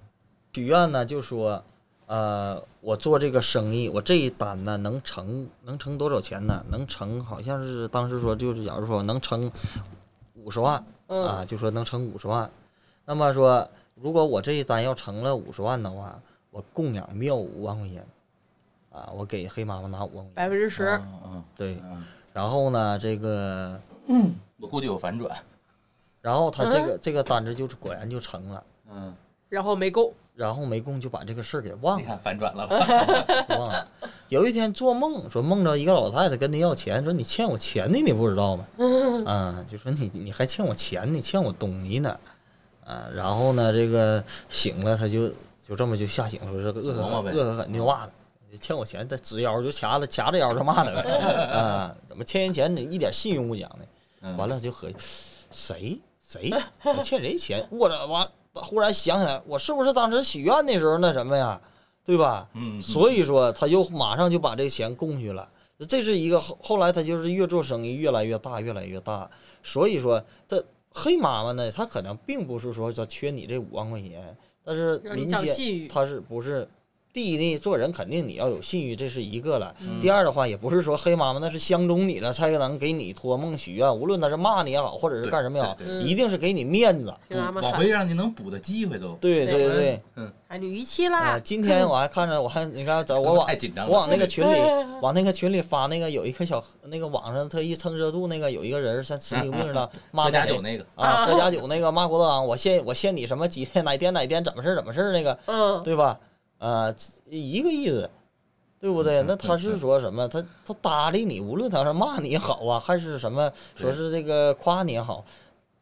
S4: 许愿呢就说，呃，我做这个生意，我这一单呢能成，能成多少钱呢？能成，好像是当时说就是，假如说能成五十万啊，
S5: 嗯
S4: 就说能成五十万。那么说，如果我这一单要成了五十万的话，我供养庙五万块钱，啊，我给黑妈妈拿五万块
S5: 百
S4: 钱，
S5: 分之十，
S6: 嗯嗯
S4: 对
S6: 嗯。嗯，
S4: 然后呢，这个，
S6: 我估计有反转。
S4: 然后他这个、这个单子就是果然就成了。
S6: 嗯，
S5: 然后没够。
S4: 然后没供就把这个事儿给忘
S6: 你
S4: 了，
S6: 看反转了吧？
S4: 忘了。啊有一天做梦，说梦着一个老太太跟他要钱，说你欠我钱呢，你不知道吗？啊，就说你你还欠我钱呢，欠我东西呢。啊，然后呢，这个醒了，他就就这么就吓醒了，说这个恶
S6: 琢磨
S4: 狠
S6: 呗
S4: 恶狠就骂他，欠我钱，他直腰就掐他，掐着腰就骂他
S6: *laughs*
S4: 呗。啊，怎么欠人钱你一点信用不讲呢？
S6: 嗯
S4: *laughs* 完了就合计，谁谁我欠谁钱？我这完，忽然想起来，我是不是当时许愿的时候那什么呀，对吧？
S6: 嗯，嗯
S4: 所以说他就马上就把这钱供去了。这是一个后后来他就是越做生意越来越大，越来越大。所以说这黑妈妈呢，她可能并不是说她缺你这五万块钱，但是
S5: 让你
S4: 民
S5: 讲
S4: 间
S5: 细语
S4: 他是不是？第一呢，做人肯定你要有信誉，这是一个了。
S6: 嗯
S4: 第二的话，也不是说黑妈妈那是相中你了才能给你托梦许愿，无论他是骂你也好，或者是干什么也好
S6: 对，
S5: 对对
S4: 一定是给你面子。
S5: 听妈妈
S6: 往
S5: 喊
S6: 回让你能补的机会都。
S4: 对
S5: 对
S4: 对对，
S6: 嗯，
S5: 喊你逾期
S4: 啊、
S5: 啦，
S4: 今天我还看着，我还你看，我往
S6: *laughs* 太紧张了。
S4: 我往
S5: *laughs*
S4: 那个群里，往那个群里发那个有一个小那个网上特意蹭热度那个有一个人像神经病似的骂
S6: 嗯喝
S4: 那
S6: 假
S4: 个
S6: 酒那个，
S4: 啊，喝假酒那个骂郭德纲，我限我限你什么几天哪天哪天怎么事儿怎么事儿那个，
S5: 嗯，
S4: 对吧？呃，一个意思，对不对？
S6: 嗯
S4: 那
S6: 嗯
S4: 他是
S6: 嗯
S4: 说什么？他他搭理你，无论他是骂你也好啊，还是什么
S6: 对
S4: 说是这个夸你也好，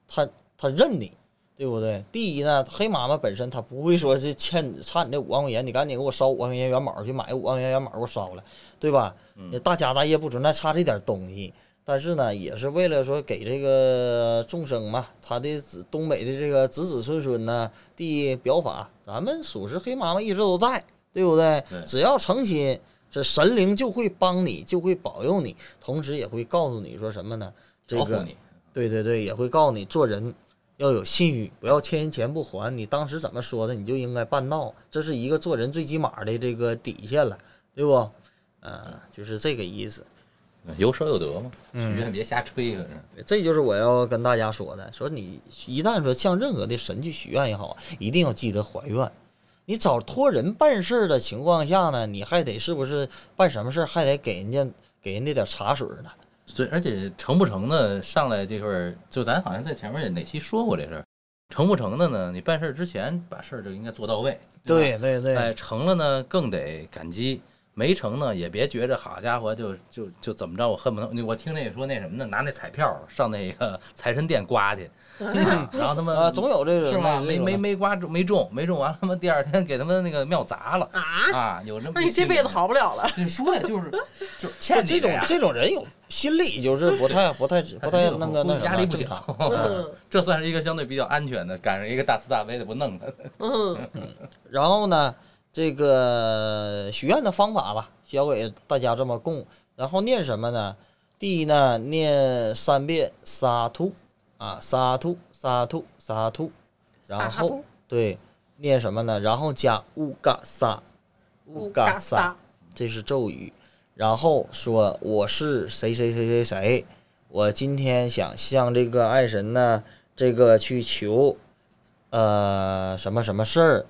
S4: 他他认你，对不对？第一呢，黑妈妈本身她不会说是欠你差你这五万块钱，你赶紧给我烧五万块钱元宝去买五万块钱元宝给我烧了，对吧？
S6: 嗯
S4: 大家大业不存在差这点东西。但是呢，也是为了说给这个众生嘛，他的子东北的这个子子孙孙呢，第一表法，咱们属实黑妈妈一直都在，对不对？
S6: 对
S4: 只要诚心，这神灵就会帮你，就会保佑你，同时也会告诉你说什么呢？这
S6: 保护
S4: 个
S6: 你。
S4: 对对对，也会告诉你做人要有信誉，不要欠人钱不还。你当时怎么说的，你就应该办到，这是一个做人最起码的这个底线了，对不？嗯、就是这个意思。
S6: 有舍有得嘛，许
S4: 嗯
S6: 愿别瞎吹，可是。
S4: 对这就是我要跟大家说的，说你一旦说向任何的神去许愿也好，一定要记得还愿。你找托人办事儿的情况下呢，你还得是不是办什么事儿还得给人家给人家点茶水呢？
S6: 对，而且成不成的，上来这块儿就咱好像在前面也哪期说过这事儿，成不成的呢？你办事儿之前把事儿就应该做到位，吧
S4: 对对
S6: 哎，
S4: 对，
S6: 成了呢更得感激，没成呢也别觉着好家伙就就就怎么着，我恨不得我听那个说那什么呢，拿那彩票上那个 *laughs* 财神殿刮去，
S5: 嗯
S6: 啊 *laughs* 然后他们
S4: 啊，总有这种
S6: 是吧？
S4: 那
S6: 没
S4: 种
S6: 没
S4: 的
S6: 没刮中，没中，没中完了他们第二天给他们那个庙砸了
S5: 啊，
S6: 啊，有这么
S5: 那
S6: 一
S5: 你这
S6: 新
S5: 辈子
S6: 闻。
S5: 好不了了。
S6: 你说呀，就是
S5: *laughs*
S6: 就是欠你
S4: 这种
S6: 的呀
S4: 这种人有心理就是不太不太不太那个那
S6: 压力不
S4: 行。
S6: 小，
S5: 嗯
S6: 这算是一个相对比较安全的，赶上一个大慈大悲的不弄他。
S5: 嗯，
S4: *laughs* 然后呢，这个许愿的方法吧，教给大家这么供。然后念什么呢？第一呢，念三遍沙兔啊，沙兔沙兔沙兔，然
S5: 嗯撒哈
S4: 后
S5: 布
S4: 对念什么呢？然后加乌嘎沙，乌嘎沙，这是咒语。然后说我是谁谁谁谁谁，我今天想向这个爱神呢，这个去求，呃什么什么事儿，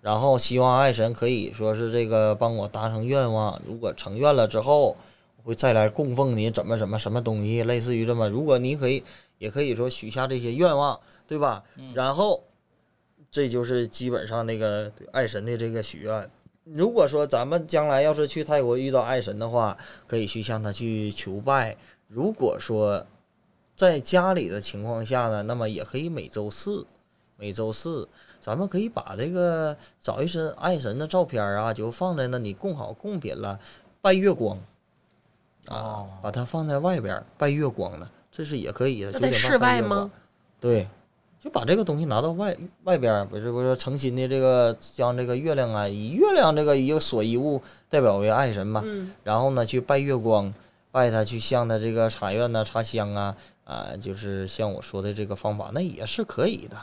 S4: 然后希望爱神可以说是这个帮我达成愿望，如果成愿了之后，我会再来供奉你怎么怎么什么东西，类似于这么，如果你可以也可以说许下这些愿望，对吧？然后这就是基本上那个对爱神的这个许愿。如果说咱们将来要是去泰国遇到爱神的话，可以去向他去求拜。如果说在家里的情况下呢，那么也可以每周四，每周四咱们可以把这个找一身爱神的照片啊，就放在那里供好供品了，拜月光
S6: 哦
S4: 啊，把它放在外边儿拜月光呢，这是也可以的。
S5: 那在
S4: 九点半
S5: 室
S4: 拜
S5: 外
S4: 月
S5: 吗
S4: 光？对，就把这个东西拿到外外边儿，不是不是诚心的这个将这个月亮啊，以月亮这个一个所一物代表为爱神嘛，
S5: 嗯，
S4: 然后呢去拜月光，拜他去向他这个茶院呐、插香啊，啊、就是像我说的这个方法，那也是可以的，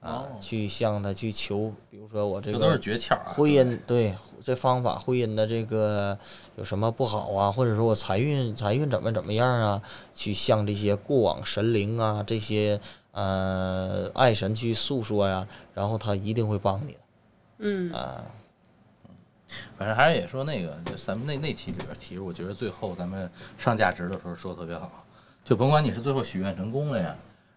S4: 啊、
S6: 哦
S4: 去向他去求，比如说我这
S6: 这
S4: 个
S6: 都是诀窍啊。
S4: 婚姻对这方法婚姻的这个有什么不好啊？或者说我财运财运怎么怎么样啊？去向这些过往神灵啊，这些呃爱神去诉说呀、然后他一定会帮你的。
S5: 嗯
S6: 反正还是也说那个，就咱们那那期里边提，我觉得最后咱们上价值的时候说得特别好，就甭管你是最后许愿成功了呀，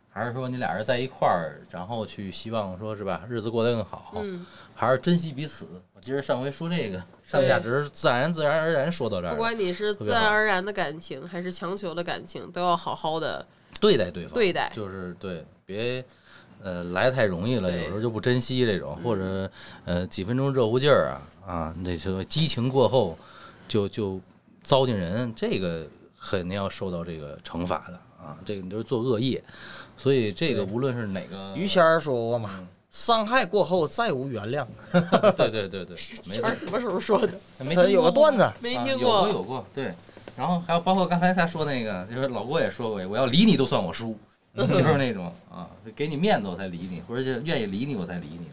S6: 还是说你俩人在一块儿，然后去希望说是吧，日子过得更好，
S5: 嗯，
S6: 还是珍惜彼此。我记得上回说这个上价值，自然自然而然说到这
S5: 不
S6: 儿了，
S5: 管你是
S6: 特
S5: 自
S6: 别好
S5: 然而然的感情还是强求的感情，都要好好的
S6: 对待对方，
S5: 对待。
S6: 就是对，别呃来太容易了，有
S5: 对嗯
S6: 时候就不珍惜这种，或者呃几分钟热乎劲儿啊啊，那就激情过后就就糟践人，这个肯定要受到这个惩罚的啊，这个你都是做恶业，所以这个无论是哪个
S4: 于谦儿说过嘛，伤害过后再无原谅。
S6: 对对对对，
S5: *laughs*
S6: 没错，
S5: 什么时候说的？
S6: 没
S4: 他
S6: 听
S4: 有个
S6: 过
S4: 段子，
S5: 没
S6: 啊
S5: 听
S6: 有
S5: 过
S6: 过有过，对。然后还有包括刚才他说那个，就是老郭也说过，我要理你都算我 *laughs* 输，就是那种啊，给你面子我才理你，或者是愿意理你我才理你，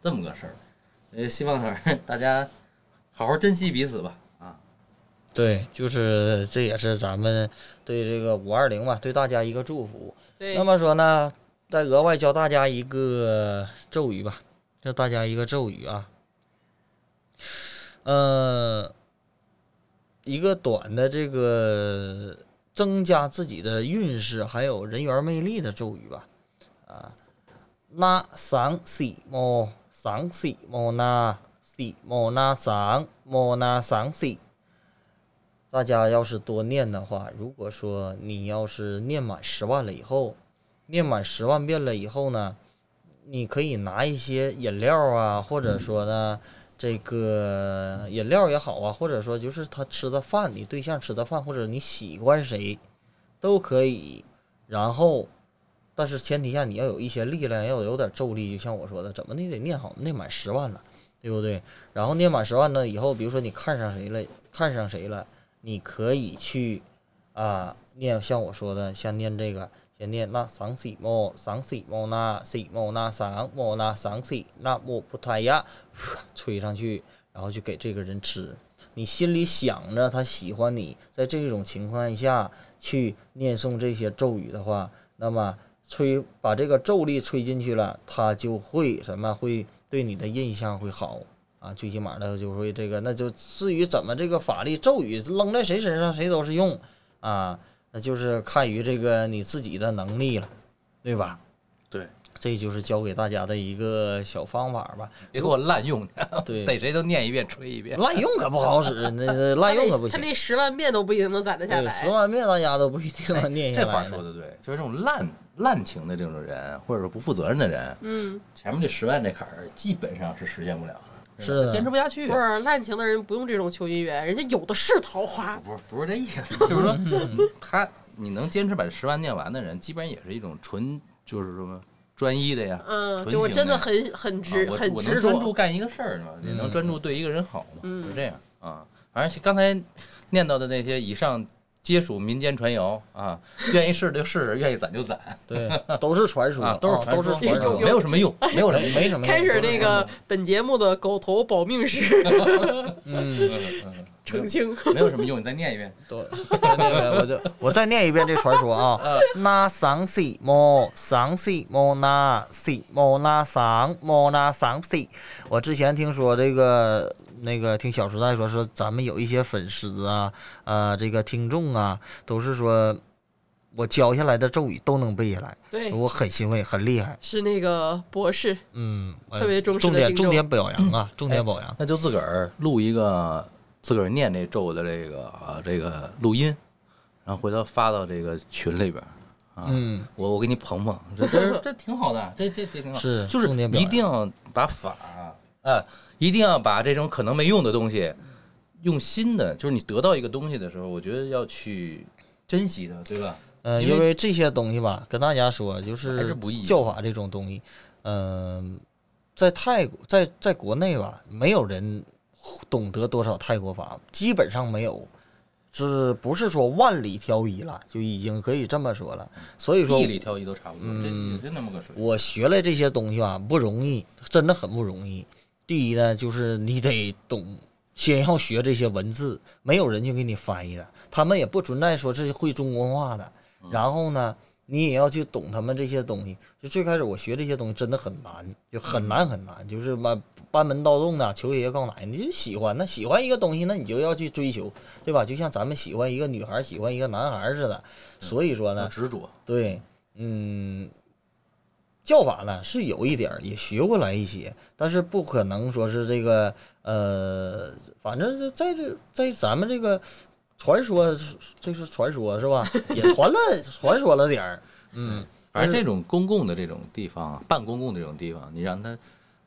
S6: 这么个事儿。呃，希望反正 *laughs* 大家好好珍惜彼此吧，啊，
S4: 对，就是这也是咱们对这个五二零嘛，对大家一个祝福。
S5: 对
S4: 那，么说呢，再额外教大家一个咒语吧，教大家一个咒语啊。呃，一个短的这个增加自己的运势还有人缘魅力的咒语吧，啊，那桑西莫桑西莫那西莫那桑莫那桑西。大家要是多念的话，如果说你要是念满十万了以后，念满十万遍了以后呢，你可以拿一些饮料啊，或者说呢，这个饮料也好啊，或者说就是他吃的饭，你对象吃的饭，或者你喜欢谁，都可以。然后，但是前提下你要有一些力量，要有点咒力，就像我说的，怎么你得念好，念满十万了，对不对？然后念满十万呢以后，比如说你看上谁了，看上谁了，你可以去啊念像我说的，像念这个。先念那桑西莫桑西莫那西莫那桑莫那桑西那莫普泰亚， *laughs* 吹上去，然后就给这个人吃。你心里想着他喜欢你，在这种情况下去念诵这些咒语的话，那么吹把这个咒力吹进去了，他就会什么会对你的印象会好啊，最起码他就会这个。那就至于怎么这个法力咒语扔在谁身上，谁都是用啊。那就是看于这个你自己的能力了，对吧？
S6: 对，
S4: 这就是教给大家的一个小方法吧。
S6: 别给我滥用，
S4: 对，
S6: 逮谁都念一遍，吹一遍。
S4: 滥用可不好使，那
S6: *laughs*
S4: 那
S5: 他
S4: 滥用可不
S5: 这他
S4: 行。
S5: 这十万遍都不一定能攒得下
S4: 对，十
S5: 来。
S4: 万遍大家都不一定能念下
S6: 哎这
S4: 来。
S6: 话说，的对，就是这种滥滥情的这种人，或者说不负责任的人，
S5: 嗯，
S6: 前面这十万这坎儿基本上是实现不了的，
S4: 是的
S6: 坚持不下去。
S5: 不是滥情的人不用这种求姻缘，人家有的是桃花。
S6: 不是不是这意思，就是说他你能坚持把这十万念完的人，基本上也是一种纯就是说专一的呀。
S5: 嗯，
S6: 纯
S5: 就我
S6: 情
S5: 真的
S6: 的
S5: 很很
S6: 啊
S5: 执
S6: 我
S5: 很
S6: 我
S5: 执
S6: 能专注
S5: 着。
S6: 干一个事儿嘛，也能专注对一个人好嘛，
S5: 嗯
S6: 就是这样啊。反正刚才念到的那些以上。皆属民间传谣啊，愿意试就试，愿意攒就攒
S4: *laughs* 对，都是传说
S6: 啊，都是
S4: 啊
S6: 传
S4: 都
S6: 说，
S4: 是传说，
S6: 没有什么用，没有什么
S4: 没
S6: 用。
S4: 没什么用。
S5: 开始那个本节目的狗头保命师，
S4: 嗯，
S6: 嗯嗯
S5: 澄清。
S6: 没有什么用，你再念一遍。
S4: 对，那个我就我再念一遍这传说啊，那桑西莫桑西莫那西莫那桑莫那桑西，我之前听说这个那个听《小时代》说说咱们有一些粉丝啊，呃，这个听众啊，都是说我教下来的咒语都能背下来，
S5: 对，
S4: 我很欣慰，很厉害，
S5: 是那个博士，
S4: 嗯，呃
S5: 特别忠实
S4: 重
S5: 的
S4: 点
S5: 听众
S4: 重点表扬啊，重点表扬，
S6: 那就自个儿录一个自个儿念这咒的这个啊这个录音，然后回头发到这个群里边儿啊。
S4: 嗯，
S6: 我我给你捧捧，这这这挺好的，这这这挺好，
S4: 是
S6: 就是
S4: 重点表
S6: 一
S4: 扬
S6: 定要把法，哎，一定要把这种可能没用的东西，用新的，就是你得到一个东西的时候，我觉得要去珍惜它，对吧？
S4: 呃，
S6: 因为
S4: 因为这些东西吧，跟大家说，就
S6: 还
S4: 是
S6: 是不易
S4: 教法这种东西，嗯、在泰国，在在国内吧，没有人懂得多少泰国法，基本上没有，是不是说万里挑一了，就已经可以这么说了。所以说嗯
S6: 一，里挑一都差不多，这也是那么个水平。
S4: 我学了这些东西吧，不容易，真的很不容易。第一呢，就是你得懂，先要学这些文字，没有人去给你翻译的，他们也不存在说是会中国文化的。然后呢，你也要去懂他们这些东西。就最开始我学这些东西真的很难，就很难很难，就是班班门道洞的，求爷爷告奶奶，你就喜欢那喜欢一个东西，那你就要去追求，对吧？就像咱们喜欢一个女孩，喜欢一个男孩似的。所以说呢，
S6: 要执着，
S4: 对，嗯，叫法呢是有一点儿，也学过来一些，但是不可能说是这个呃，反正是在这在咱们这个传说，这是传说是吧？也
S6: *laughs*
S4: 传了传说了点儿，嗯，
S6: 反正这种公共的这种地方啊，半公共的这种地方，你让它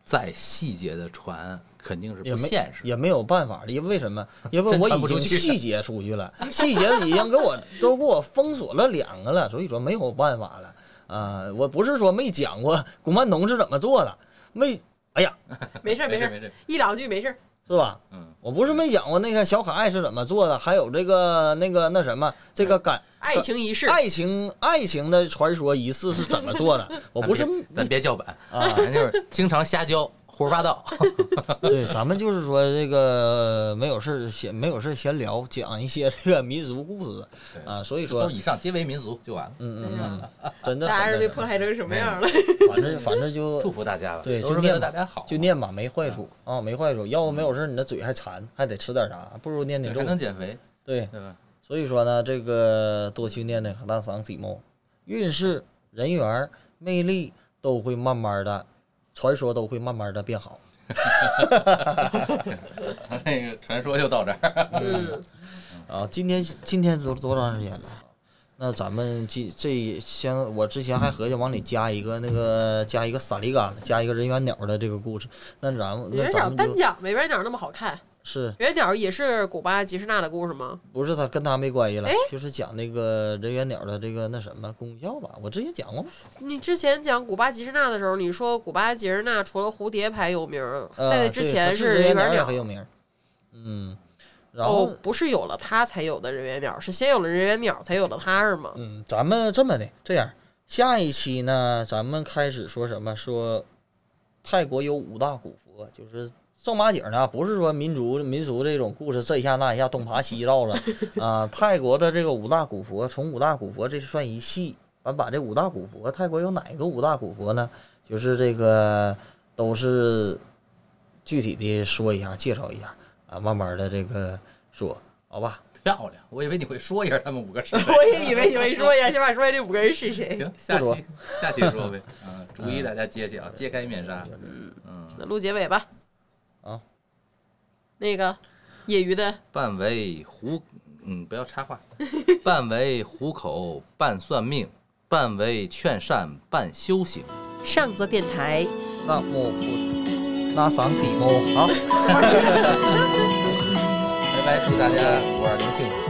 S6: 再细节的传，肯定是
S4: 也
S6: 不
S4: 没
S6: 现实。
S4: 也没有办法了，因为为什么？因为
S6: 真
S4: 我
S6: 传
S4: 已
S6: 不
S4: 经
S6: 出去
S4: 细节出去了，细节已经给我都给我封锁了两个了，所以说没有办法了。啊、我不是说没讲过古曼童是怎么做的，没，哎呀，
S5: 没事儿
S6: 没
S5: 事儿，
S6: 没事，
S5: 一两句没事儿。
S4: 是吧？
S6: 嗯，
S4: 我不是没讲过那个小可爱是怎么做的，还有这个那个那什么，这个感
S5: 哎爱情仪式，
S4: 爱情爱情的传说仪式是怎么做的？
S5: *laughs*
S4: 我不是
S6: 咱别咱别叫板，
S4: 啊，
S6: 咱就是经常瞎教，胡说八
S4: *laughs*
S6: 道。
S5: *laughs*
S4: 对，咱们就是说这个没有事儿闲没有事儿闲聊，讲一些这个民俗故事
S6: 对
S4: 啊，所以
S6: 都
S4: 说，
S6: 以上皆为民俗就完了。
S4: 嗯
S5: 哦哎
S4: 嗯
S5: 呀
S4: 嗯，真的，
S5: 大家是
S4: 真
S5: 被
S4: 的
S5: 迫害成什么样了？
S4: 反正
S5: *laughs*
S4: 反正
S6: 祝
S4: 就
S6: 福大家吧，
S4: 对
S6: 都是为
S4: 就念
S6: 了
S4: 吧
S6: 大家好，
S4: 就念吧，没坏处啊，没坏处。要不没有事儿，你的嘴还馋，还得吃点啥，不如念
S6: 对
S4: 念
S6: 还
S4: 咒。
S6: 能减肥，
S4: 对，
S6: 对吧？
S4: 所以说呢，这个多去念念和大嗓子梦，运势、人缘、魅力都会慢慢的，传说都会慢慢的变好。
S6: 那个传说就到这儿，
S5: 嗯，
S4: 啊，今天今天多多长时间了？那咱们这这像我之前还合计往里加一个那个加一个萨利嘎，加一个人缘鸟的这个故事。那咱们那
S5: 圆
S4: 咱
S5: 鸟
S4: 们
S5: 单
S4: 就
S5: 讲没圆鸟那么好看，
S4: 是
S5: 圆鸟也是古巴吉士纳的故事吗？
S4: 不是他跟他没关系了？就是讲那个人缘鸟的这个那什么功效吧。我之前讲过吗？
S5: 你之前讲古巴吉士纳的时候，你说古巴吉士纳除了蝴蝶牌有名儿，
S4: 呃，
S5: 在
S4: 对
S5: 那之前
S4: 他
S5: 是
S4: 是人
S5: 人
S4: 鸟
S5: 缘
S4: 也
S5: 鸟
S4: 很。有名儿。嗯，然后、
S5: 哦，不是有了它才有的人缘鸟，是先有了人缘鸟才有了它是吗？ *laughs*
S4: 嗯，咱们这么的，这样，下一期呢，咱们开始说什么？说泰国有五大古佛，就是正八经儿的，不是说民族民俗这种故事，这一下那一下东爬西绕了啊。泰国的这个五大古佛，从五大古佛这算一系，咱把这五大古佛，泰国有哪个五大古佛呢？就是这个都是具体的说一下，介绍一下啊，慢慢的这个说，好吧？
S6: *laughs* 漂亮。我以为你会说一下他们五个是谁，
S5: 我也以为你没说呀，先把说下这五个人是谁。
S6: 行，下
S4: 说
S6: 期下期说呗，啊，逐一大家揭晓，揭开面纱，嗯，
S5: 那录结尾吧。
S4: 好，
S5: 那个业余的
S6: 半为虎，嗯，不要插话，半为虎口，半算命，半为劝善，半修行。
S5: 上座电台。
S4: 那我那咱们几个啊？
S6: 拜拜，祝大家五二零幸福。